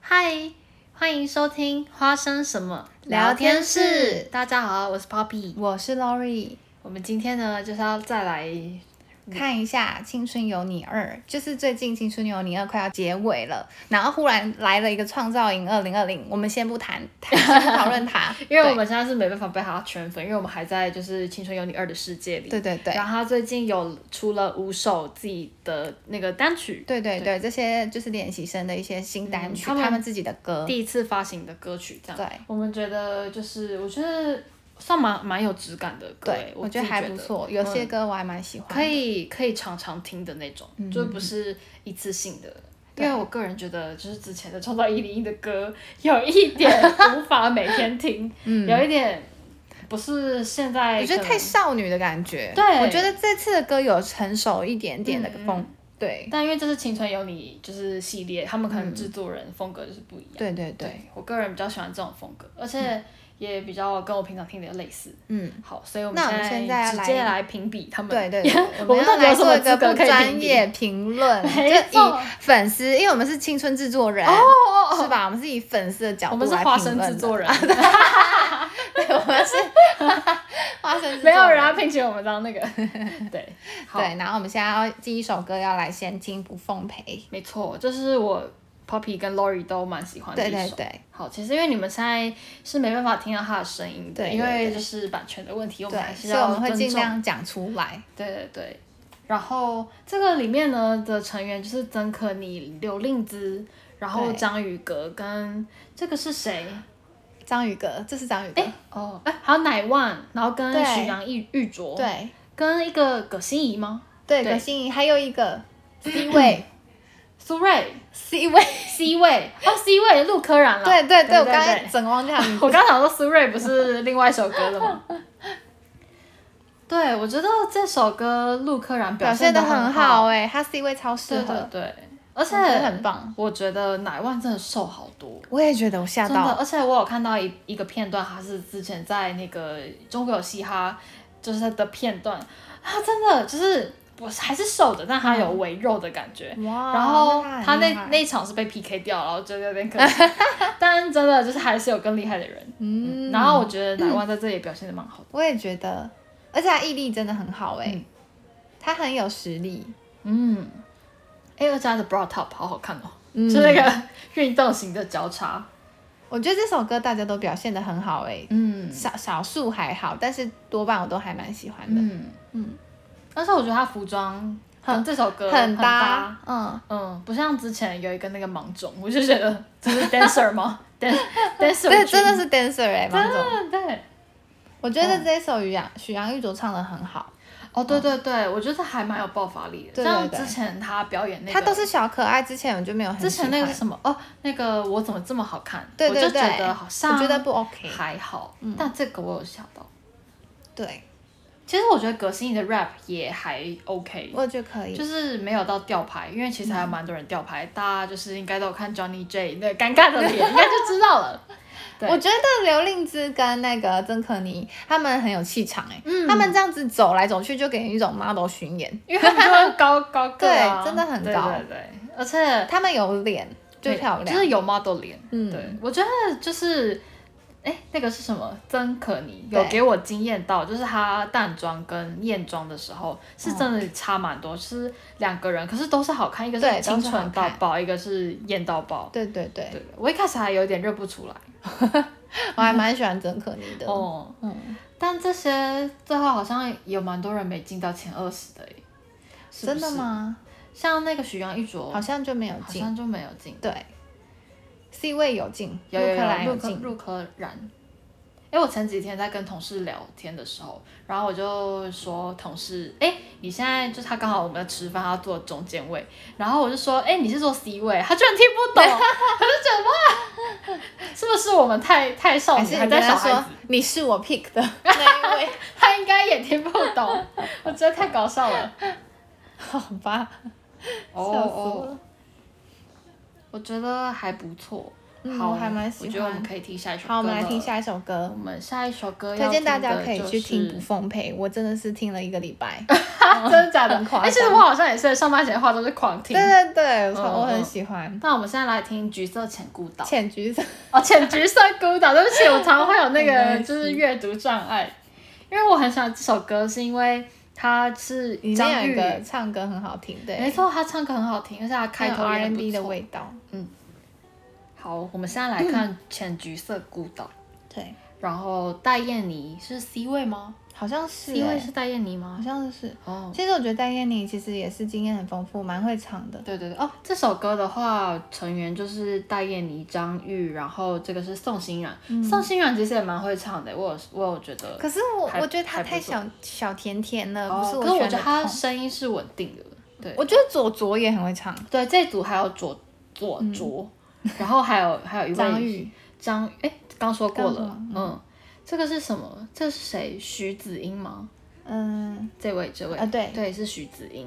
嗨，欢迎收听《花生什么聊天室大家好，我是 Poppy。我是 Lori，我们今天呢，就是要再来，嗯看一下《青春有你二》，就是最近《青春有你二》快要结尾了，然后忽然来了一个《创造营二零二零》，我们先不谈， 先不讨论它 ，因为我对们现在是没办法被他圈粉，因为我们还在就是《青春有你二》的世界里。对对对然后他最近有出了五首自己的那个单曲，对对对，这些就是练习生的一些新单曲，嗯他他们们自己的歌，第一次发行的歌曲，这样。对，我们觉得就是，我觉得算蛮蛮有质感的歌，对我我自觉己得还觉不得错，有些嗯歌我还蛮喜欢的。嗯可以可以常常听的那种，就不是一次性的。因对为我个人觉得，就是之前的《创造一零一》的歌有一点无法每天 听，有一点不是现在嗯我觉得可太能少女的感觉。对嗯我觉得这次的歌有成熟一点点的风，对，但因为这是《青春有你》就是系列，他们可能制作人风格就是不一样。对嗯对对，我个人比较喜欢这种风格，而且也比较跟我平常听的类似。嗯，好，所以我们那我们现现在要直来接来评比他们。对 ，对对我们们到要底有来什做么一个资格不可以专评比？业评论， 没就以错哦粉丝，因为我们是青春制作人，是吧？我们是以粉丝的角我度们是来花评生论制的 作，人。对，我们是花生制作没有人要聘请我们当那个， 对，好，对，然后我们现在要第一首歌要来先听《不奉陪没错，这是我 Poppy 跟 Lori 都蛮喜》，欢的对啊一对首。对好，其实因为你们现在是没办法听到他的声音的，对对因为对就是版权的问题，我们还对，是所以我要们会尊尽重。量讲出来，对对对。然后这个里面呢的成员就是曾可妮、刘令姿，然后对张宇格跟这个是谁？章鱼哥，这是章鱼哥哎，哦，哎，还有乃万，然后跟呃对徐阳玉玉卓，，对跟一个葛欣怡吗？对，对葛欣怡还有一 个 C 位苏芮。 ，C 位， C 位哦，C 位陆柯燃了。 对对对，对我刚对 刚整个忘记他名字，我刚想说苏芮不是另外一首歌的吗？对，我觉得这首歌陆柯燃表现现的的很好，好哎，他 C 位超适对合对。对，而且我觉得很棒。我觉得乃万真的瘦好多。我也觉得我吓真的，到，而且我有看到一一个片段，他是之前在那个中国有嘻哈，就是他的片段，他真的就是我还是瘦的，但他有嗯微肉的感觉，哇然后那他他很哦那厉害那一场是被 PK 掉，然后觉得有点可 惜，但真的就是还是有更厉害的人。嗯，然后我觉得乃万在这里表现的蛮好的。我也觉得，而且他毅力真的很好哎、他很有实力，嗯，哎，而且他的 bra top 好好看哦，就那个运动型的交叉。我觉得这首歌大家都表现的很好哎、嗯少少数还好，但是多半我都还蛮喜欢的，嗯嗯，但是我觉得他服装跟这首歌很搭搭，嗯，嗯，不像之前有一个那个芒种，我就觉得 这是 dancer 吗？dan dancer 对，真的是是 dancer 哎、王总，对。我觉嗯得这一首许阳许阳玉卓唱的很好，哦，对对对，我觉得还蛮有爆发力的。对对像对之前他表演那个，他都是小可爱，之前我就没有很之喜欢前那个是什么？哦，那个我怎么这么好看？对我对就对，觉得好像我觉得不嗯 OK，还好，但这个我有吓到。对，其实我觉得葛欣怡的 rap 也还 OK，我觉得可以，就是没有到吊牌，因为其实嗯还有蛮多人吊牌，大家就是应该都有看 Johnny J 那尴尬的脸，应该就知道 了。对我觉得刘令姿跟那个曾可妮他们很有气场哎、嗯他们这样子走来走去就给人一种 model 巡演，因为他们就会高高个、啊，对真的很高对对对，而且他们有脸就漂对亮，就是有 model 脸。嗯对，我觉得就是，哎，那个是什么？曾可妮对有给我惊艳到，就是她淡妆跟艳妆的时候是真的差蛮多，就是两个人，可是都是好看，一个对是清都是好纯看到爆，一个是艳到爆。对对对，对，我一开始还有点认不出来。我还蛮喜欢曾可妮的，哦，嗯，但这些最后好像有蛮多人没进到前二十的诶，是不真的是？吗？像那个许阳一卓，好像就没有好进，像就没有进。对，C 位有进，有有陆克兰有有入科进，入科然。因为我前几天在跟同事聊天的时候，然后我就说同事，哎，你现在就是他刚好我们在吃饭，他坐中间位，然后我就说，哎，你是坐 C 位，他居然听不懂，我就觉得哇，是不是我们太太少还女是还你跟在他小孩说子，你是我 pick 的那一位？他应该也听不懂，我觉得太搞笑 了。好吧，哦笑死我哦，了。我觉得还不错，嗯好，我还蛮喜我觉得我们欢可以听下一首歌好，我们来了听下一首歌我。们下一首歌推要荐听大的家可以去听《不就是奉陪》，我真的是听了一个礼 拜，真的假的？很夸哎，其实张我好像也是上班前化妆就狂听对。对对，我超嗯我很嗯喜欢那我们现在来听《橘色浅孤岛》浅橘色。哦，《浅橘色孤 岛》。对不起，我常常会有那没关个系就是阅读障碍，因为我很喜欢这首歌，是因为它是里面张有一玉个唱歌很好听，对，没错，他唱歌很好听，而且他哎开头也还有很不 R&B 的错味道，好，我们现在来看《浅橘色孤岛》对，然后戴燕妮是 C 位吗好像是、 ？C 位欸，是哎戴燕妮好吗？像是。哦，其实我觉得戴燕妮其实也是经验很丰富，蛮会唱的。对对对，哦，这首歌的话，成员就是戴燕妮、张玉，然后这个是宋欣然，嗯宋欣然其实也蛮会唱的，我有我有觉得，可是我还我觉得她还不太错小小甜甜了，哦呃不是可是我觉选的得他痛声音是稳定的，对我觉得左左也很会唱，对，这组还有左左卓，然后还有还有一位嗯张宇张，哎，刚说过刚说了，完嗯，这个是什么？这是谁？徐子英吗？嗯这位，这位，啊对对，是徐子英。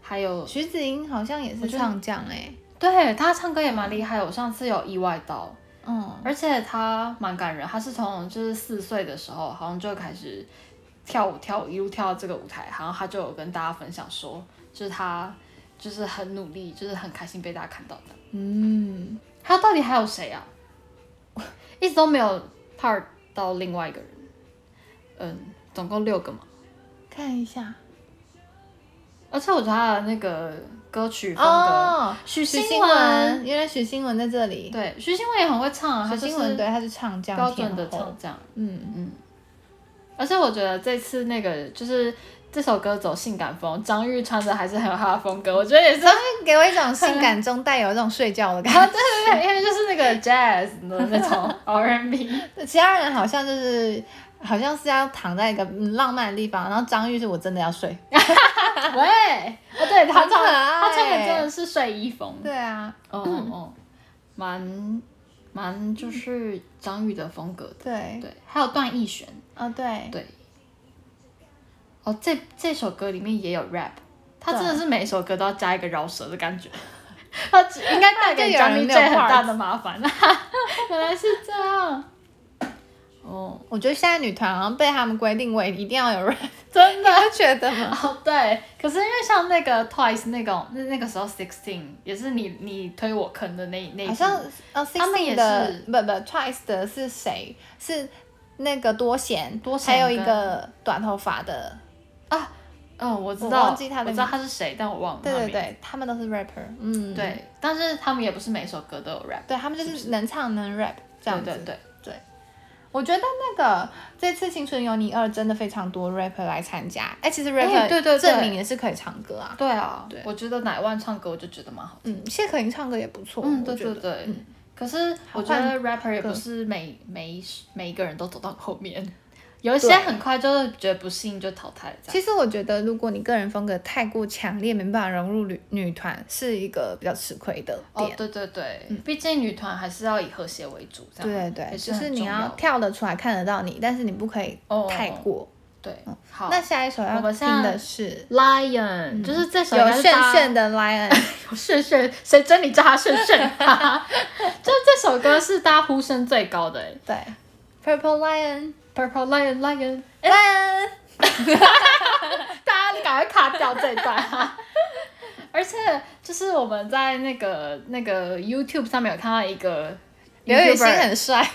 还有，徐子英好像也是唱将哎、对他唱歌也蛮厉害，我上次有意外到，嗯，而且他蛮感人，他是从就是四岁的时候，好像就开始跳舞跳舞，一路跳到这个舞台，然后他就有跟大家分享说，就是他就是很努力，就是很开心被大家看到的。嗯，他到底还有谁啊？一直都没有 part 到另外一个人。嗯，总共六个嘛。看一下而且我觉得他的那个歌曲风格，哦，许许新新文，文，原来许新文在这里，对，许新文也很会唱啊，他许就新文是对，她哦是唱将标准的天后唱将。嗯，而且我觉得这次那个就是这首歌走性感风，张玉穿着还是很有他的风格，我觉得也是。 张玉给我一种性感中带有一种睡觉的感啊，对对对，因为就是那个 jazz 的那 种 R&B，觉， 其他人好像就是好像是要躺在一个嗯浪漫的地方，然后张玉是我真的要睡，喂，哦对，他很可唱爱他穿的真的是睡衣风，对啊，哦哦哦，蛮蛮就是张宇的风格的，对，对，还有段奕璇，哦对，对，哦这这首歌里面也有 rap，他对真的是每一首歌都要加一个饶舌的感 觉，他只应该带给就有人张宇没这有很 parts 大的麻烦， 原来是这样，哦，我觉得现在女团好像被他们规定为一定要有 rap，真 你的。会觉得吗？哦，对，可是因为像那个 Twice 那种，那那个时候 Sixteen 也是你你推我坑的那那一好批像呃他们也，Sixteen 的是不不 Twice 的是谁？是那个多贤，多贤还有一跟个短头发的，啊，嗯，我知我道，忘记他我的知道名他是谁，但我忘了他对的哦对名字。对，他们都是 rapper，嗯，对但是他们也不是每首歌都有 rap，对，他们就是能唱能 rap 这样子。对对对，我觉得那个这次《青春有你二》真的非常多 rapper 来参加，哎，其实 rapper、对对对证明也是可以唱歌啊，对啊，对我觉得乃万唱歌我就觉得蛮好，嗯，谢可寅唱歌也不错，嗯，我对觉对得对。可是我觉换得 rapper 也不歌是每每一每一个人都走到后面，有一些对很快就是觉得不信就淘汰了这样。其实我觉得，如果你个人风格太过强烈，没办法融入女女团，是一个比较吃亏的哦点。，对对对，毕竟女团还是要以和谐为主，这对样对也对，就是是很你重要的跳得出来，看得到你，但是你不可以太过。对。好，那下一首要哦我们现听在的是 Lion 就是这首应有该是炫大家炫的 Lion， 炫炫，谁真你叫他炫炫？哈哈 就这首歌是大家呼声最高的、欸、对，Purple Lion ，Purple Lion Lion， Lion，大家赶快卡掉这一段。 哈哈而且就是我们在那个那个 YouTube 上面有看到一个刘雨欣 YouTuber 很帅，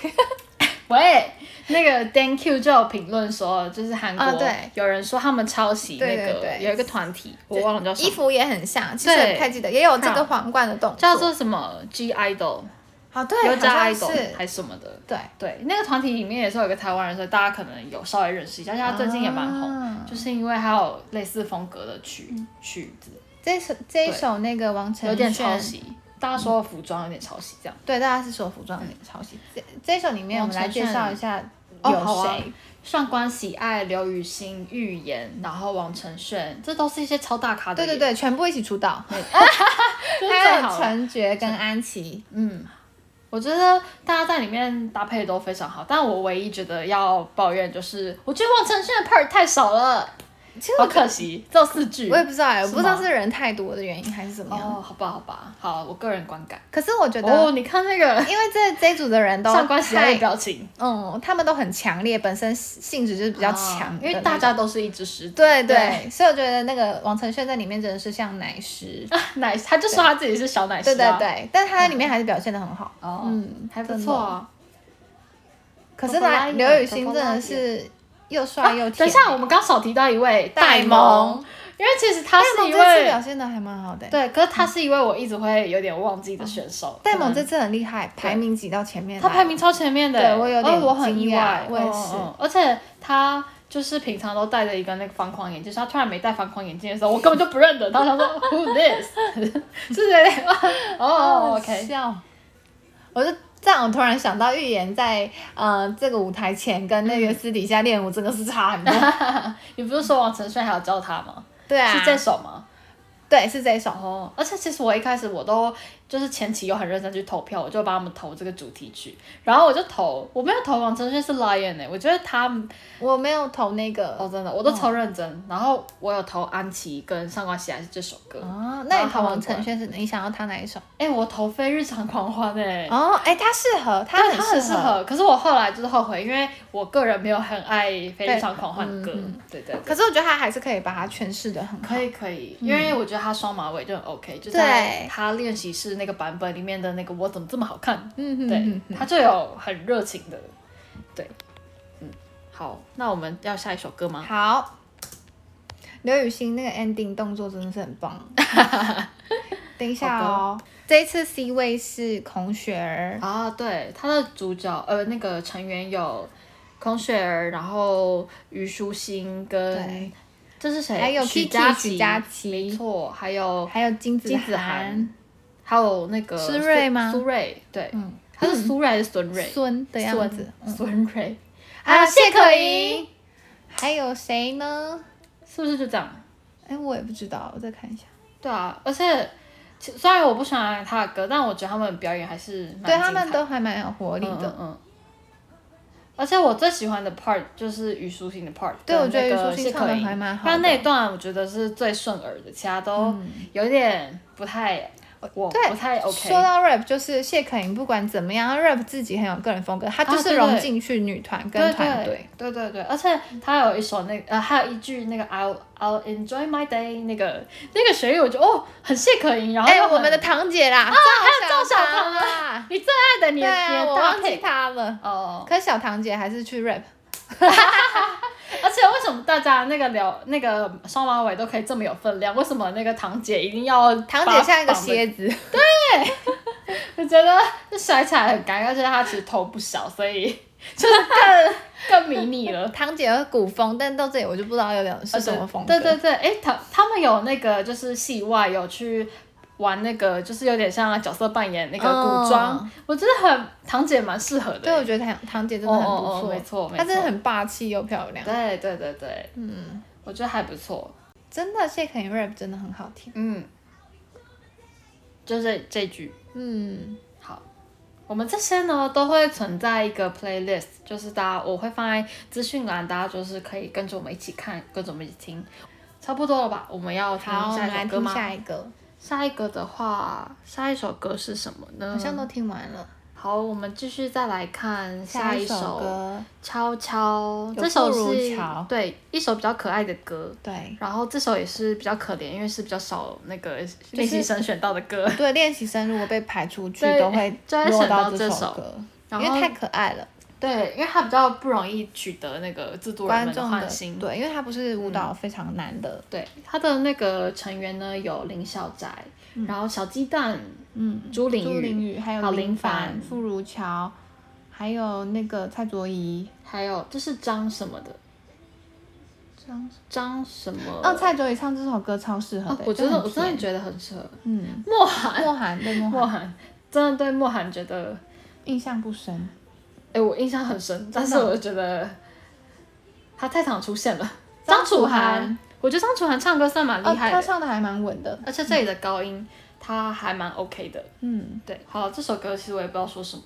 喂，那个 Thank You 就有评论说，就是韩国、啊对有人说他们抄袭那对个对对有一个团体，我忘了叫什衣么，服也很像，其实我对不太记得，也有这个看皇冠的动作，叫做什么 G Idol，好对，有好加像 Idol 是还是什么的。对，对，那个团体里面也是有一个台湾人，所以大家可能有稍微认识一下，而且他最近也蛮红，啊就是因为他有类似风格的曲、嗯曲子，这首这一首那个王晨有点炫抄袭。大家说服装有点抄袭，这样对，大家是说服装有点抄袭。这这一首里面，我王们来晨介炫绍一下哦有好啊谁。上官喜爱、刘雨昕、预言，然后王承炫，这都是一些超大咖的对耶，对对，全部一起出道，这是还最有好了。陈觉跟安琪。嗯，我觉得大家在里面搭配都非常好，但我唯一觉得要抱怨就是，我觉得王承炫的 part 太少了。其实好可惜，只有四句。我也不知道哎、我是不知道吗是人太多的原因还是怎么样。哦，好吧，好吧，好，我个人观感。可是我觉得，哦，你看那个 因为这这一组的人都上官喜爱太的表情嗯，他们都很强烈，本身性质就是比较强啊的那种、因为大家都是一只狮子。对对，对所以我觉得那个王承炫在里面真的是像奶师，啊， 奶，他就说他自己是小奶狮、对啊。对。对，但他在里面还是表现的很好。哦，嗯，还还不错。啊。可波是波拉来伊刘本雨欣真的是又帅又啊甜。等一下，我们刚少提到一位戴萌蒙，，因为其实他戴是萌一这次位表现的还蛮好的。，欸对，可是他是一位我一直会有点忘记的选手。嗯戴萌可这能次很厉害，排名挤到前面来他了。排名超前面的，对我有点哦我很惊意讶外，我也嗯是嗯而且他。就是平常都戴着一个那个方框眼镜，就是他突然没戴方框眼镜的时候，我根本就不认得他。他说 Who this？就是有点哦哦好 ，OK，笑。我就这样，我突然想到，预言在呃这个舞台前跟那个私底下练舞真的是差很 多。你不是说王承炫还有教他吗？对啊，是这首吗？对是这一首。哦，而且其实我一开始我都就是前期有很认真去投票，我就帮他们投这个主题曲，然后我就投，我没有投王承炫是 Lion 哎、我觉得他们我没有投那个哦真的我都超认真，然后我有投安琪跟上官喜爱是这首歌，哦，那你然后投王他们承轩是你想要他哪一首？哎、我投《非日常狂欢、欸》哎。哦，哎，他适合，他很很适适。合，可是我后来就是后悔，因为我个人没有很爱《非日常狂欢》的歌对嗯，对对对，可是我觉得他还是可以把它诠释的很好。可以可以，因为我觉得他双马尾就很 OK，就嗯对在他练习室那个版本里面的那个我怎么这么好看，嗯哼对嗯，哼他就有很热情的，对，嗯，好，那我们要下一首歌吗？好。刘雨欣那个 ending 动作真的是很 棒。等一下哦，这一次 C 位是孔雪儿，啊，对，他的主角呃那个成员有孔雪儿，然后虞书欣跟对这是谁？还有许 Kiki 许佳佳琪，琪没错，还有还有金哦子金子涵涵、，还有那个苏苏芮吗苏芮，对，嗯他是苏芮还是孙芮？孙的样子，孙孙芮，啊还有啊谢可莹寅，还有谁呢？是不是就这样？哎，我也不知道，我再看一下。对啊，而且其虽然我不喜欢他的歌，但我觉得他们表演还是蛮对精他们彩都还蛮有活力的。嗯嗯嗯而且我最喜欢的 part 就是虞书欣的 part，对跟我觉得那个虞书欣谢唱可得寅还蛮好的嗯但那一段我觉得是最顺耳的，其他都有点不太，我对不太 OK。说到 rap，就是谢可寅不管怎么样，rap 自己很有个人风格，他就啊对是融对进去女团对跟团队。，对对对，而且他有一首那呃，还有一句那个 I'll I'll enjoy my day 那个那个旋律，我觉得哦很谢可寅，然后哎、又很我们的堂姐啦，还啊，还有赵小棠啊，你最爱的你对的你啊，的我搭忘记配她了。哦，可小堂姐还是去 rap，而且为什么大家那个聊那个双马尾都可以这么有分量？为什么那个堂姐一定要堂把姐像一个绑得？蝎子，我觉得这甩起来很尴尬，而且她其实头不小，所以 就是更更迷你了。堂姐有古风，但到这里我就不知道有点是什么风格。呃对对对，哎，他他们有那个就是戏外有去玩那个，就是有点像角色扮演那个古装，嗯我觉得很堂姐蛮适合的。对我觉得堂堂姐真的很不哦哦错，哦没错没错她真的很霸气又漂亮。对对对对，嗯，我觉得还不错。真的谢可寅 rap 真的很好听。嗯，就是这句。嗯，好，我们这些呢都会存在一个 playlist，就是大家我会放在资讯栏，大家就是可以跟着我们一起看，跟着我们一起听，差不多了吧？我们要听好，嗯我们下一来首歌听吗？下一个，下一个的话，下一首歌是什么呢？好像都听完了。好，我们继续再来看下一一首首歌，悄悄》，有这首不如是潮对一首比较可爱的歌。对然后这首也是比较可怜，因为是比较少那个是练习生选到的歌。对，练习生如果被排出去对，都会就会落选到这这首首歌，因然为后太可爱了，对，因为它比较不容易取得那个制作人观们的嗯众欢的心。对，因为它不是舞蹈非常难的，对，它的那个成员呢有林小宅，然后小鸡蛋、嗯，朱朱玲玲雨，雨还好有林林凡凡、傅如乔，还有那个蔡卓宜，还有这是张什么的，张张什么？哦，蔡卓宜唱这首歌超适合哦的，我就真的很我真的甜觉得很适合嗯，莫寒，莫寒对莫莫寒寒真的对莫寒觉得，印象不深，哎，我印象很深，但是真的我觉得他太常出现了。张 张楚楚涵涵，我觉得张楚涵唱歌算蛮哦，啊厉害他的，唱的还蛮稳的，而且这里的高音他还蛮 OK 的。嗯，对，好，这首歌其实我也不知道说什么，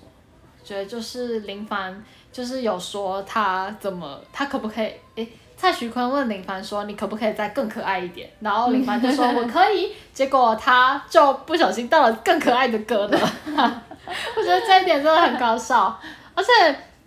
觉得就是林凡就是有说他怎么，他可不可以，诶，蔡徐坤问林凡说：“你可不可以再更可爱一点？”然后林凡就说：“我可以。”结果他就不小心到了更可爱的歌了。 我觉得这一点真的很搞笑，而且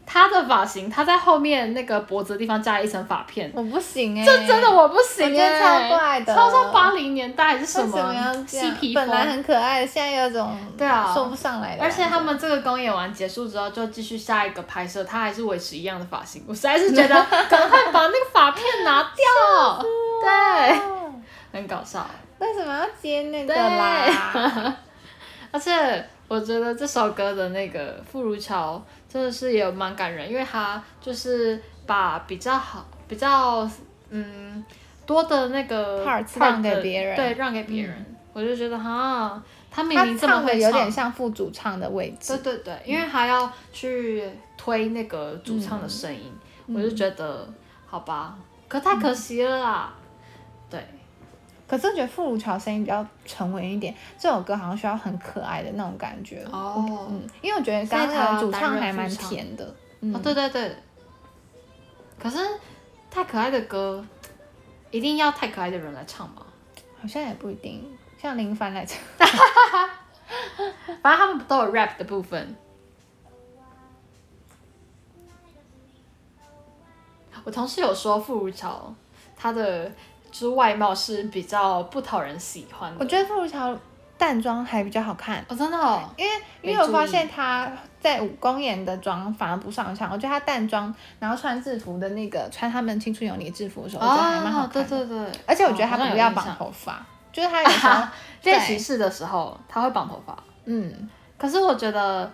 他的发型，他在后面那个脖子的地方加了一层发片，我不行哎、这真的我不行、我觉得欸，超怪的超像八零年代还是什为什么要么这嬉样皮风本。来很可爱的，现在有种对啊说不上来的而感觉。且他们这个公演完结束之后，就继续下一个拍摄，他还是维持一样的发型。我实在是觉 得赶快把那个发片拿掉，对，哦很搞笑。为什么要接那个啦？而且我觉得这首歌的那个《傅如桥》真的是也蛮感人，因为他就是把比较好、比较嗯多的那个 Parts part 让给的别人嗯对，让给别人。我就觉得哈，他明他明这么唱的会有点像副主唱的位对置，对对，因为还要去推那个主唱的声音，我就觉得好吧，可太可惜了啦。对，可是我觉得傅如乔声音比较沉稳一点，这首歌好像需要很可爱的那种感觉。哦嗯，因为我觉得刚刚那个主唱还蛮甜的。嗯啊，，对对对。可是太可爱的歌，一定要太可爱的人来唱嘛？好像也不一定，像林凡来唱，反正他们都有 rap 的部分。我同事有说傅如乔，她的就是外貌是比较不讨人喜欢的。我觉得傅如乔淡妆还比较好看。哦，真的哦，因为因没为我注发意现她在武公演的妆反而不上相，我觉得她淡妆，然后穿制服的那个穿他们青春有你制服的时候，我觉得还蛮好哦，对看的。对对，而且我觉得哦好她像不有要印象绑头发，就是她有时候练习室的时候，他会绑头发， 嗯，可是我觉得，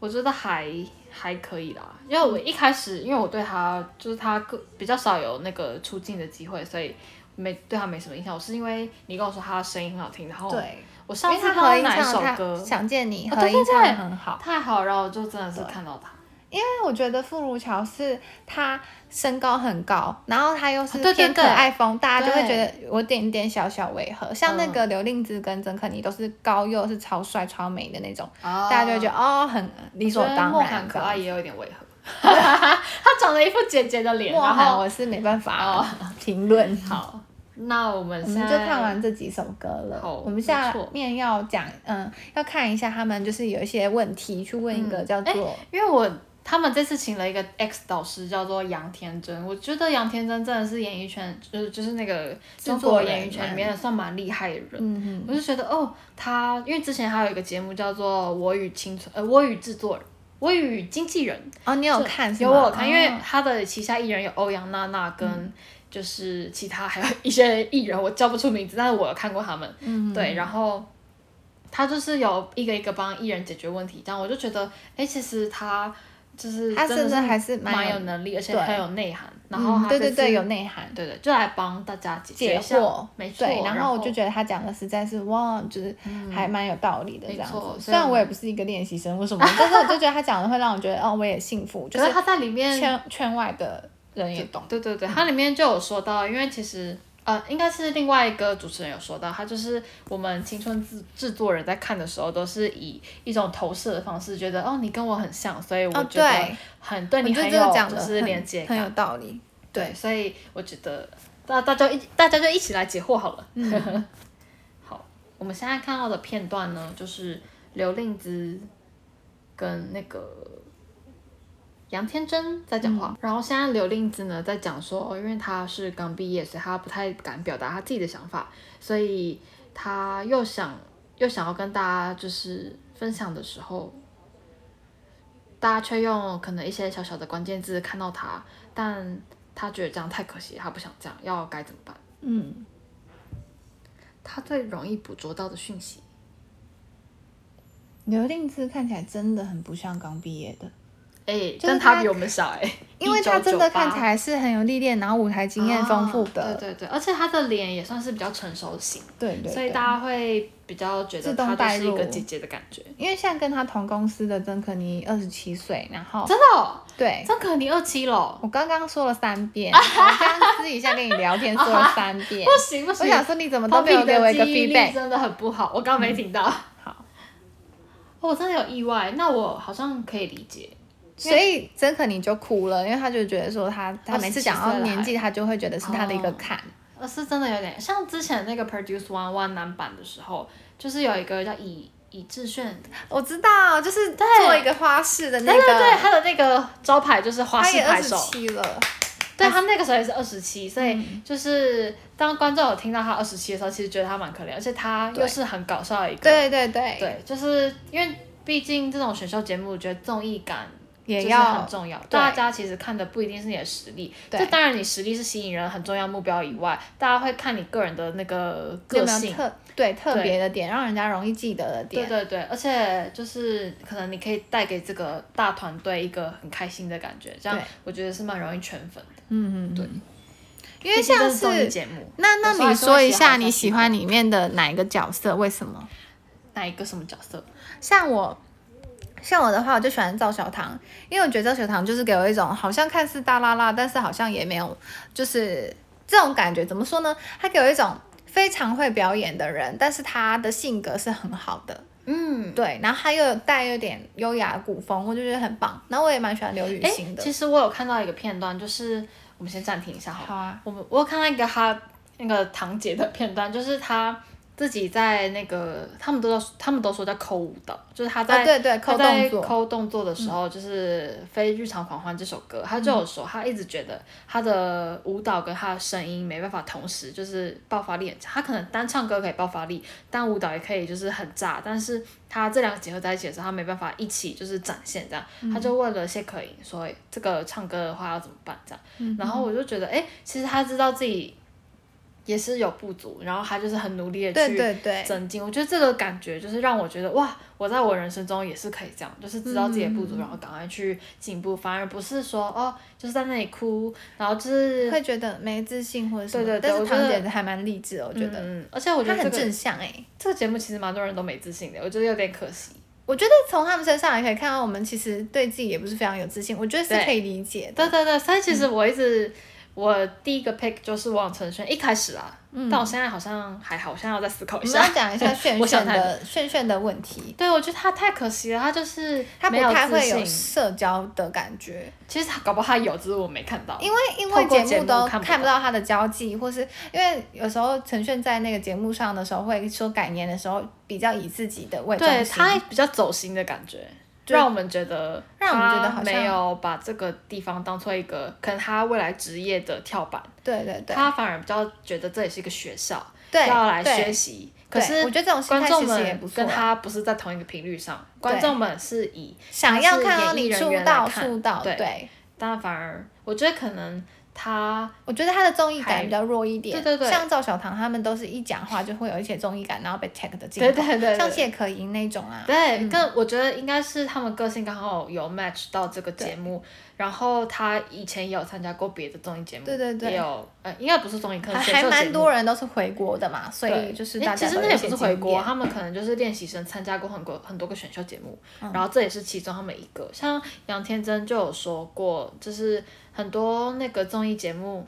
我觉得还还可以啦，因为我一开始，因为我对他就是他个比较少有那个出镜的机会，所以没对他没什么印象。我是因为你跟我说他的声音很好听，然后对，哦我因上为次她看合到音哪一唱首她歌想见你哦合对对音唱得对很好。太好，然后我就真的是看到他，因为我觉得傅如乔是她身高很高，然后她又是啊对对偏可爱风，大家就会对嗯觉得有点点小小违和。像那个刘令姿跟曾可妮都是高又是超帅超美的那种，大家就会觉得得哦很理所当莫然涵的。可爱也有点违和， 他长了一副姐姐的脸，莫然涵后我是没办法评 论。好，那我们哦我现们在就看完这几首歌了好，我们下没错面要讲，嗯，要看一下他们就是有一些问题去问一个叫做，因为我他们这次请了一个 X 导师，叫做杨天真。我觉得杨天真真的是演艺圈，就是就是那个中国嗯演艺圈里面算蛮厉害的人。嗯哼，我就觉得哦，他因为之前还有一个节目叫做《我与青春》，呃，《我与制作人》，《我与经纪人》，哦，你有看是有吗我有看，因为哦嗯他的旗下艺人有欧阳娜娜跟就是其他还有一些艺人，我叫不出名字，但是我有看过他们。嗯对，然后他就是有一个一个帮艺人解决问题，这样我就觉得，哎、其实他就是他真的真的还是蛮蛮有有能力，而且对很有内涵。然后嗯他对这对对次有内涵。对对，就来帮大家解决解一下惑，没错。对，然后后嗯我就觉得他讲的实在是哇，就是还蛮有道理的这没样子。错所虽以然我我也不是一个练习生，为什么？但是我就觉得他讲的会让我觉得哦，我也幸福，就可是是他在里面圈圈外的人也懂。对对对，它里面就有说到，因为其实呃，应该是另外一个主持人有说到，他就是我们青春制制作人在看的时候，都是以一种投射的方式，觉得哦，你跟我很像，所以我哦，觉得对，很、对我你觉很得这个有讲就的是连接很感。有道理。对，所以我觉得大大家一大家就一起来解惑好了。 好，我们现在看到的片段呢，就是刘令姿跟那个杨天真在讲话，然后现在刘令姿呢在讲说，哦，因为她是刚毕业，所以她不太敢表达她自己的想法，所以她又想又想要跟大家就是分享的时候，大家却用可能一些小小的关键字看到她，但她觉得这样太可惜，她不想这样，要该怎么办？嗯，她最容易捕捉到的讯息。刘令姿看起来真的很不像刚毕业的，哎、是但她她比我们小哎、因为她真的看1998起来是很有历练，然后舞台经验丰富啊的。对对对，而且她的脸也算是比较成熟型，对对对。所以大家会比较觉得自动她就带是入一个姐姐的感觉。因为现在跟她同公司的曾可妮二十七岁，然 后真的、哦，对，张可妮二七了，我刚刚说了三 遍，我刚刚私底下跟你聊天说了三遍不。行 不我行，想说你怎么都没有给我一个 Poppy 的记忆力 feedback。嗯真的很不好，我刚刚没听到。好，哦我真的有意外，那我好像可以理解，所以曾可妮就哭了，因为她就觉得说她她27每次讲到岁了年纪，她就会觉得是她的一个哦坎。呃，是真的有点像之前那个 Produce One One 男版的时候，就是有一个叫以以智炫，我知道，就是做一个花式的那个，对对对，他的那个招牌就是花她式也拍二十手，七了，对他那个时候也是二十七，所嗯以就是当观众有听到他二十七的时候，其实觉得他蛮可怜，而且他又对是很搞笑的一个，对对对，对，就是因为毕竟这种选秀节目，我觉得综艺感也就是要很重要。对大家其实看的不一定是你的实力，对这当然你实力是吸引人很重要目标以外，大家会看你个人的那个有个没性有。特对特对别的点，让人家容易记得的对点？对对，而且就是可能你可以带给这个大团队一个很开心的感觉，这样对我觉得是蛮容易圈粉的，嗯嗯，对，因为毕竟像这综艺是节目那那有时候还你是说会一喜好下一下你自喜己欢里面的哪一个角色？为什么？哪一个什么角色？像我，像我的话，我就喜欢赵小棠，因为我觉得赵小棠就是给我一种好像看似大拉拉，但是好像也没有，就是这种感觉。怎么说呢？她给我一种非常会表演的人，但是她的性格是很好的。嗯，对，然后她又有带有点优雅的古风，我就觉得很棒。然后我也蛮喜欢刘雨哎欣，的。其实我有看到一个片段，就是我们先暂停一下好了。好啊，我们我有看到一个他那个堂姐的片段，就是他自己在那个他们都他们都说叫抠舞蹈，就是他在、啊对对他抠在动作嗯抠动作的时候，就是《非日常狂欢》这首歌，他就有说他一直觉得他的舞蹈跟他的声音没办法同时就是爆发力很强，他可能单唱歌可以爆发力，但舞蹈也可以就是很炸，但是他这两个结合在一起的时候，他没办法一起就是展现这样，嗯他就问了谢可寅说诶这个唱歌的话要怎么办这样。嗯然后我就觉得，哎、其实他知道自己也是有不足，然后他就是很努力的对去对对，增进。我觉得这个感觉就是让我觉得，哇，我在我人生中也是可以这样，就是知道自己的不嗯足，然后赶快去进步，反而不是说哦，就是在那里哭，然后就是会觉得没自信或者什么。对对对但我是觉堂得姐还蛮励志的，我觉得。嗯，嗯而且我觉她得这很个正向哎、这个节目其实蛮多人都没自信的，我觉得有点可惜。我觉得从他们身上也可以看到，我们其实对自己也不是非常有自信，我觉得是可以理解对的。对对，所以其嗯实我一直、我第一个 pick 就是王承轩，一开始啦，嗯但我现在好像还好，我现在要再思考我一们下要。讲一下炫 我想炫太的炫炫的问题，对，我觉得他太可惜了，他就是他不没有太自会有信。社交的感觉，其实他搞不好他有，只是我没看到。因为因透过为节节目目都看不看不到他的交际，或是因为有时候陈炫在那个节目上的时候会说感言的时候，比较以自己的为中对心。他比较走心的感觉，对让我们觉得让我们觉得他好像没有把这个地方当做一个可能他未来职业的跳板，对对对他反而比较觉得这也是一个学校，对，要来对学习。可对是我觉得这种心观态众其实也们不错跟啊他不是在同一个频率上，观对众们是以想要是看到演艺你人出员来道看出道，对对，但反而我觉得可能他我觉得他的综艺还感比较弱一点。对对对像赵小棠他们都是一讲话就会有一些综艺感，然后被 tag 的镜对头。对对对像谢可寅那种啊。对，跟我觉得应该是他们个性刚好有 match 到这个节目，然后他以前也有参加过别的综艺节目，对对对也有呃，应该不是综艺，可能还选还秀节蛮目多人都是回国的嘛，所以对就是啊诶大家其实都那也有一不些是回经国，验他们可能就是练习生参加过很多很多个选秀节目，然后这也是其中他们一个。像杨天真就有说过，就是很多那个综艺节目，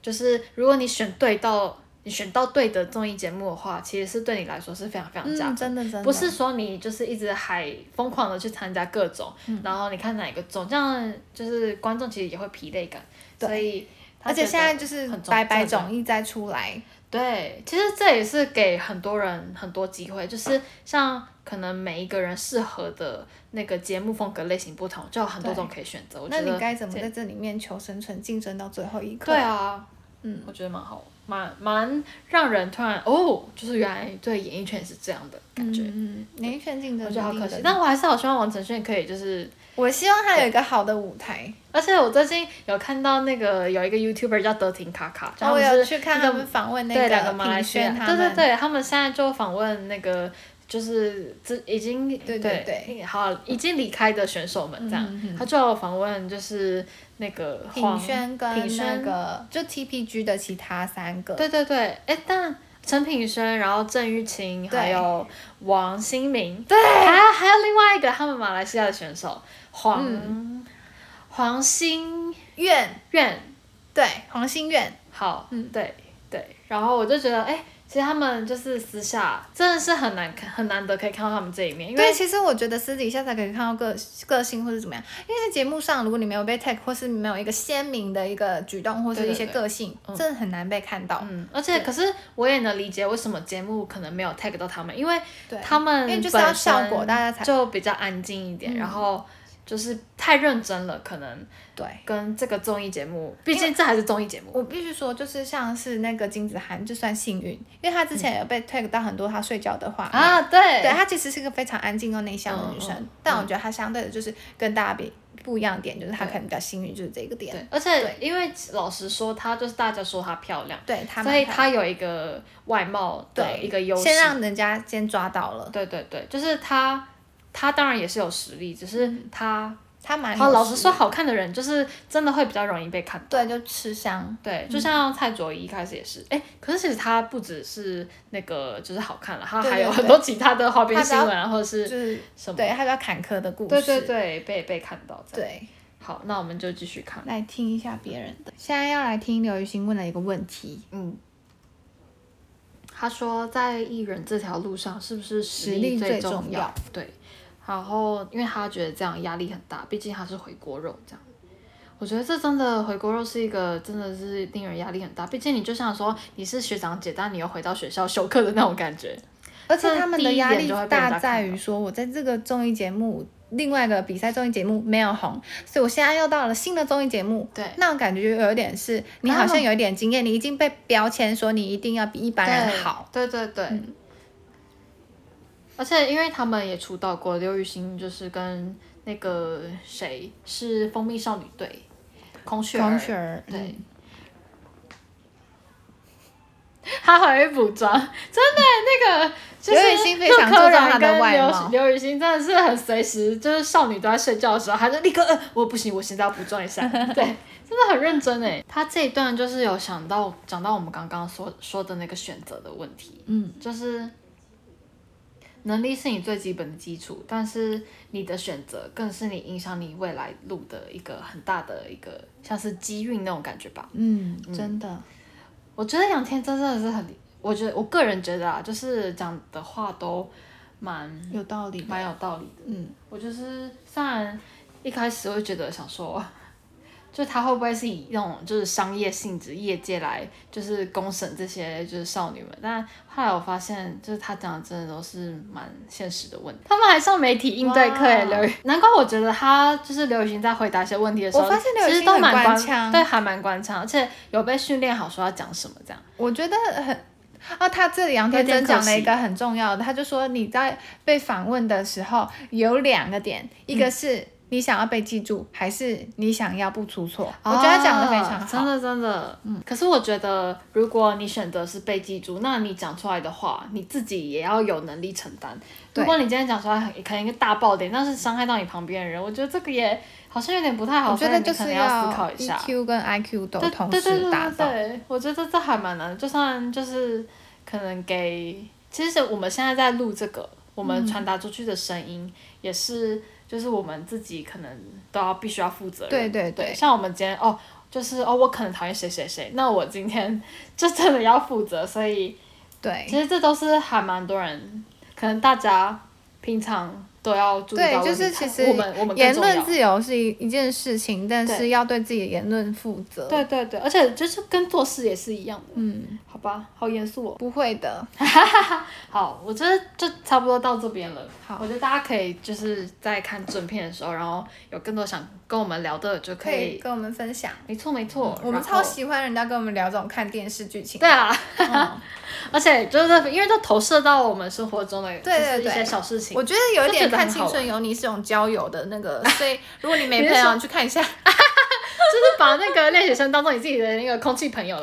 就是如果你选对到你选到对的综艺节目的话，其实是对你来说是非常非常加嗯，分。真的真的啊不是说你就是一直还疯狂的去参加各种，嗯然后你看哪一个中，这样就是观众其实也会疲累感，对所以他而且觉得现在就是很重百百真的种艺再出来，对，其实这也是给很多人很多机会，就是像可能每一个人适合的那个节目风格类型不同，就有很多种可以选择。我觉那得你该怎么这在这里面求生存，竞争到最后一刻？对，啊，嗯，我觉得蛮好，蛮蛮让人突然哦，就是原来对演艺圈也是这样的感觉，嗯，嗯演艺圈竞争我觉得好一可定惜的。但我还是好希望王承炫可以就是我希望他有一个好的舞台。而且我最近有看到那个有一个 YouTuber 叫德廷卡卡，就哦然后我他们有是去看那个他们访问那对两个个马来品西亚轩，他对们，对对，他们现在就访问那个就是这已经对对对好已经离开的选手们这样，嗯嗯嗯他就有访问就是那个品黄轩品跟那轩个就 TPG 的其他三个，对对对，哎，但陈品轩，然后郑玉琴，对还有王新民，对，还有还有另外一个他们马来西亚的选手黄、嗯黄心苑苑。对黄心苑，好，嗯对对，然后我就觉得，哎，其实他们就是私下真的是很难看，很难得可以看到他们这一面，因为对，其实我觉得私底下才可以看到个个性或是怎么样，因为在节目上，如果你没有被 tag 或是没有一个鲜明的一个举动或是一些对对对个性，嗯真的很难被看到。嗯，而且对可是我也能理解为什么节目可能没有 tag 到他们，因为对，他们因为就是要本身效果，大家才就比较安静一点，嗯然后就是太认真了，可能对。跟这个综艺节目，毕竟这还是综艺节目，我必须说，就是像是那个金子涵，就算幸运，因为她之前有被 tag 到很多她睡觉的画面。嗯啊，对对，她其实是个非常安静又内向的女生，嗯嗯嗯但我觉得她相对的就是跟大家比不一样的点，就是她可能比较幸运，就是这个点。对，而且因为老实说，她就是大家说她漂亮，对，她所蛮以漂她有一个外貌的对一个优势先，让人家先抓到了，对对对，就是她，她当然也是有实力，只是她，她蛮好有嗯哦老实实说，力好看的人就是真的会比较容易被看到。对，就吃香。对，就像蔡卓宜一开始也是，哎、可是其实她不只是那个就是好看了，她对还对有对很多其他的花边她只新要闻啊，或者就是是什么，对，他比较坎坷的故事。对对对，被被看到这样。对好，那我们就继续看。来听一下别人的。现在要来听刘雨欣问了一个问题：嗯，他说在艺人这条路上，是不是实实力最最重重要对，然后因为他觉得这样压力很大，毕竟他是回锅肉这样。我觉得这真的回锅肉是一个真的是令人压力很大，毕竟你就像说你是学长姐，但你又回到学校休课的那种感 觉。而且这他们第的一压眼力就会被人家大看在到于说，我在这个综艺节目。另外一个比赛综艺节目没有红，所以我现在又到了新的综艺节目，对那种感觉就有点是你啊好像有一点经验，你已经被标签说你一定要比一般人好，对对对。嗯而且因为他们也出道过，刘雨昕就是跟那个谁是蜂蜜少女队，孔雪儿同学儿对嗯 他还会补妆， 真的那个就是刘雨昕非常注重她的外貌陆柯燃跟刘刘雨昕真的是很随时，就是少女都在睡觉的时候，她就立刻，呃，我不行，我现在要补妆一 下。对，真的很认真哎。他这一段就是有想到讲到我们刚刚说说的那个选择的问题，嗯，就是能力是你最基本的基础，但是你的选择更是你影响你未来路的一个很大的一个像是机运那种感觉吧。嗯，真的，我觉得杨天真真的是很，我觉得我个人觉得啊，就是讲的话都蛮有道理，蛮有道理的。嗯，我就是虽然一开始会觉得想说， 就他会不会是以那种就是商业性质、业界来就是公审这些就是少女们，但后来我发现，就是他讲的真的都是蛮现实的问题。他们还上媒体应对啊课耶，哇刘宇，难怪我觉得他就是刘雨昕在回答一些问题的时候，我发现刘雨其昕实都蛮很官官腔对，还蛮官腔，而且有被训练好说要讲什么这样。我觉得很。啊，他这里杨天真讲了一个很重要的，他就说你在被访问的时候有两个嗯点，一个是你想要被记住，还是你想要不出错。我觉得他讲的非常啊好，真的真的，嗯。可是我觉得，如果你选择是被记住，那你讲出来的话，你自己也要有能力承担。对如果你今天讲出来很可能一个大爆点，但是伤害到你旁边的人，我觉得这个也好像有点不太好，我觉得就所以是 E 你可能要思考一下。 EQ 跟 IQ 都对同对对时对达对到。对，我觉得这还蛮难的，就算就是可能给，其实我们现在在录这个，我嗯们传达出去的声音、也是，就是我们自己可能都要必须要负责任。对对对对，像我们今天哦，就是哦，我可能讨厌谁谁谁，那我今天 就真的要负责，所以对其实这都是还蛮多人，可能大家平常都要注意对到的问题。就是其实我们我们更言重要论自由是一一件事情，但是对要对自己的言论负责。对对对，而且就是跟做事也是一样的，嗯，好吧，好严肃哦。不会的，好，我觉得就差不多到这边了。好我觉得大家可以就是在看正片的时候，然后有更多想跟我们聊的就可可以以。跟我们分享。没错没错，我们然后超。喜欢人家跟我们聊这种看电视剧情。对啊，嗯而且就是因为都投射到我们生活中的，对对就是一对些小事情我。觉得有一就点觉得看很《好青春有你》是种交友的那 个，所以如果你没你是朋友，说你去看一下。就是把那个练习生当做你自己的那个空气朋友了。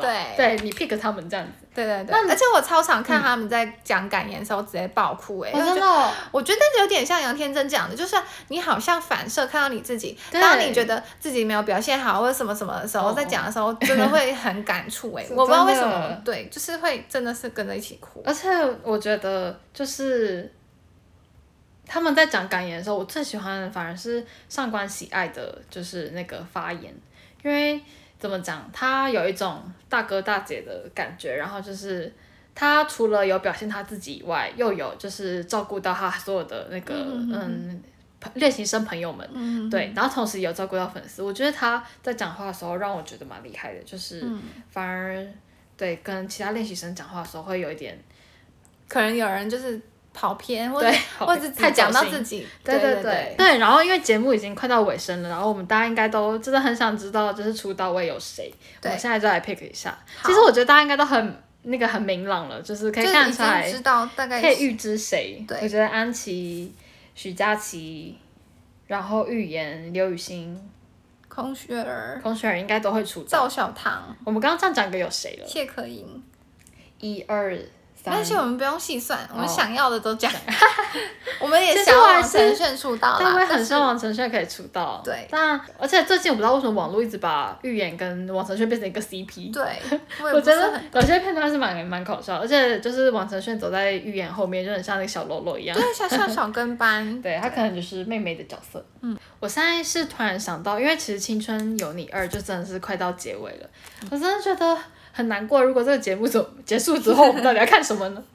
对对你 pick 他们这样子。对对对，那你嗯而且我超常看他们在讲感言的时候直接爆哭哎、欸，因为我觉得哦的，我觉得有点像杨天真讲的，就是你好像反射看到你自己，对当你觉得自己没有表现好或者什么什么的时候，哦在讲的时候真的会很感 触哎、是我不知道为什真么的，对，就是会真的是跟着一起哭。而且我觉得就是他们在讲感言的时候，我最喜欢的反而是上官喜爱的，就是那个发言，因为怎么讲，他有一种大哥大姐的感觉，然后就是他除了有表现他自己以外，又有就是照顾到他所有的那个嗯嗯嗯朋练习生朋友们，嗯，对，然后同时也有照顾到粉丝。我觉得他在讲话的时候让我觉得蛮厉害的，就是嗯反而对跟其他练习生讲话的时候会有一点可能有人就是跑偏，或者对，或者太只讲到己。自己，对对对对，对，然后因为节目已经快到尾声了，然后我们大家应该都真的很想知道，就是出道位有谁。我对们现在就来 pick 一下。好其实我觉得大家应该都很那个很明朗了，就是可以就是看得已出来经，知道大概可以预知谁。对我觉得安琪、许佳琪，然后预言、刘雨昕、空雪儿、孔雪儿应该都会出道。赵小棠、我们刚刚这样讲一个有谁了？谢可寅，一二三但。是我们不用细算，我们哦想要的都讲，我们也其实想我还要是陈炫出道但啦，我也很但是希望王承炫可以出道。对但而且最近我不知道为什么网络一直把预言跟王承炫变成一个 CP。对，我我也不觉是得很。有些片段是蛮蛮搞笑的，而且就是王承炫走在预言后面，就很像那个小喽啰一样。对，像像小跟班，对他可能就是妹妹的角色。嗯，我现在是突然想到，因为其实《青春有你二》就真的是快到结尾了，嗯我真的觉得很难过。如果这个节目走结束之后，我们到底要看什么呢？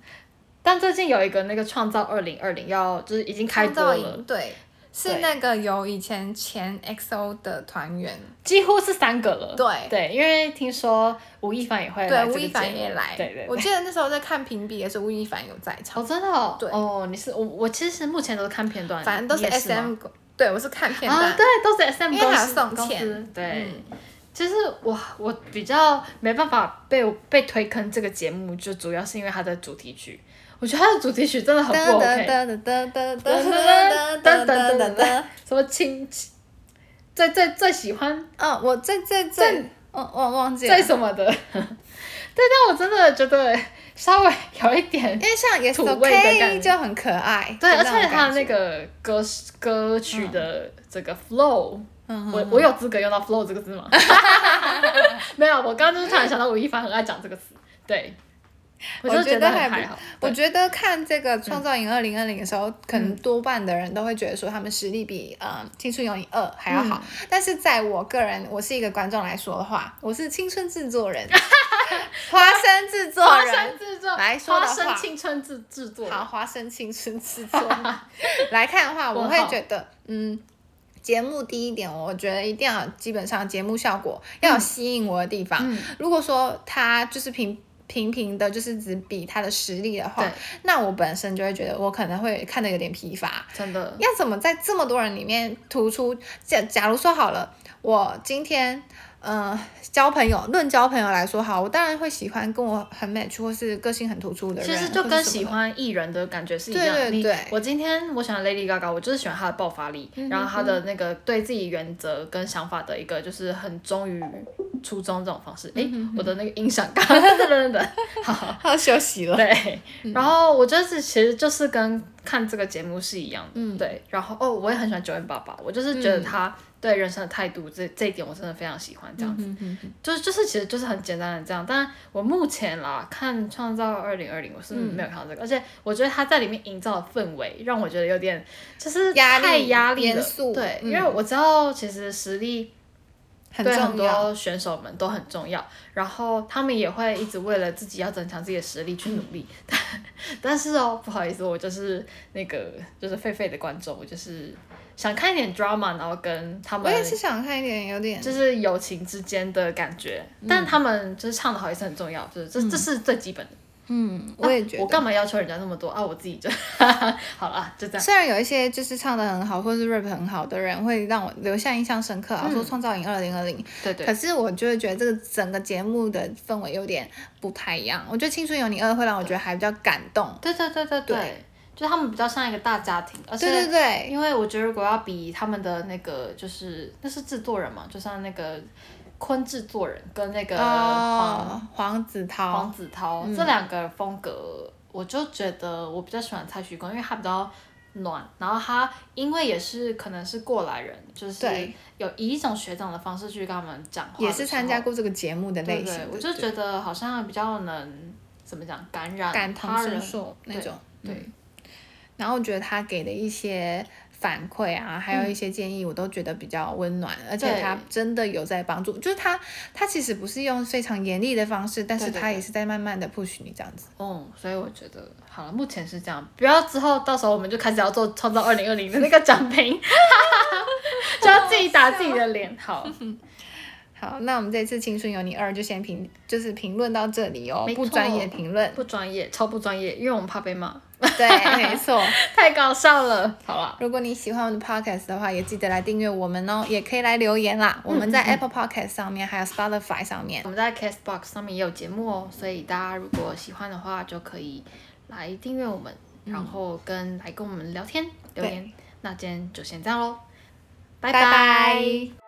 但最近有一个那个《创造二零二零》要就是已经开播造了营，对，是对那个有以前前 XO 的团员，几乎是三个了。对对，因为听说吴亦凡也会对来，这吴个亦节凡目也来，对对我对。记得那时候在看评比的时候，吴亦凡有在场，哦，真的哦，对哦，你是我，我其实目前都是看片段，反正都你是也是 S 吗 M，对我是看片啊，段，对，都是 SM 因为公还有司送公司钱对。嗯其实我我比较没办法被我被推坑这个节目，就主要是因为它的主题曲，我觉得它的主题曲真的很哒不哒 OK，哒哒哒哒哒哒哒哒哒哒。什么亲亲，最最最喜欢嗯，我最最最，哦，我忘记了最，什么的，对， 但我真的觉得稍微有一点因为像也是土味的感觉 OK 就很可爱，对，就而且种他感那觉，个歌歌曲的这个 flow，、嗯我我有资格用到 flow 这个字 吗？没有，我刚刚就是突然想到吴亦凡很爱讲这个词，对，我就我觉觉得很还不还好。我对嗯觉得看这个《创造营二零二零》的时候，可能多半的人都会觉得说他们实力比呃《青春有你二》还要好。嗯但是在我个人，我是一个观众来说的话，我是青春制 作人，花生制作花人生。制作来说的花生话青春制制作，好，花生青春 制作来看的话，我会问号觉得，嗯，节目第一点，我觉得一定要基本上节目效果要有吸引我的地方。嗯如果说它就是平平平的，就是只比它的实力的话对，那我本身就会觉得我可能会看的有点疲乏。真的，要怎么在这么多人里面突出？假假如说好了，我今天。呃，交朋友，论交朋友来说，好，我当然会喜欢跟我很 match 或是个性很突出的人，其实就或跟是什么喜的欢艺人的感觉是一对样。对你对嗯我今天我喜欢 Lady Gaga，我就是喜欢她的爆发力，然后她的那个对自己原则跟想法的一个就是很忠于初衷这种方式。嗯诶，我的那个音响刚刚等等等，好，他要休息了。对。嗯然后我觉得这其实就是跟看这个节目是一样的，嗯对。然后哦，我也很喜欢九眼爸爸，我就是觉得他对人生的态度这这一点我真的非常喜欢这嗯样子。就是就是其实就是很简单的这样，但我目前啦看《创造二零二零》，我是嗯没有看到这个，而且我觉得他在里面营造的氛围让我觉得有点就是压太力压力严了，肃对，嗯因为我知道其实实力很对重很要。多选手们都很重要，然后他们也会一直为了自己要增强自己的实力去努力， 但但是哦，不好意思，我就是那个就是狒狒的观众，我就是想看一点 drama，然后跟他我们也是想看一点，有点就是友情之间的感觉，但他们就是唱的好也是很重要，就是这、这是最基本的。嗯，我也觉哦我得。干嘛要求人家那么多啊？我自己就 好啦，就这样。虽然有一些就是唱的很好，或是 rap 很好的人，会让我留下印象深刻啊，说《创造营二零二零》，对嗯对可是我就会觉得这个整个节目的氛围有点不太一样。我觉得《青春有你二》会让我觉得还比较感动。对对对对对对，就他们比较像一个大家庭，而且对对对，因为我觉得如果要比他们的那个就是那是制作人嘛，就像那个坤制作人跟那个黄、哦，呃黄子韬黄，子韬、这两个风格，我就觉得我比较喜欢蔡徐坤，因为他比较暖，然后他因为也是可能是过来人，就是对有以一种学长的方式去跟他们讲话的时候，也是参加过这个节目的对类型对的，，我就觉得好像比较能怎么讲感染感他同身人，受那种。嗯对，然后我觉得他给的一些反馈啊，还有一些建议，我都觉得比较温暖，而嗯且对他真的有在帮助。就是他他其实不是用非常严厉的方式，但是对对他对也是在慢慢的 push 你这样子。嗯，所以我觉得好了，目前是这样，不要之后到时候我们就开始要做创造二零二零的那个奖评， 就要自己打自己的脸。好，好，那我们这次《青春有你二》就先评，就是评论到这里哦没，不错专业评论 。不专业，超不专业，因为我们怕被骂，对，没错。太搞笑了。好了，如果你喜欢我们的 podcast 的话，也记得来订阅我们哦，也可以来留言啦。我们嗯在 Apple Podcast 上面，还有 Spotify 上面我。们在 Castbox 上面也有节目哦，所以大家如果喜欢的话，就可以来订阅我们，然后跟来跟我们聊天留言。那今天就先这样喽，拜拜拜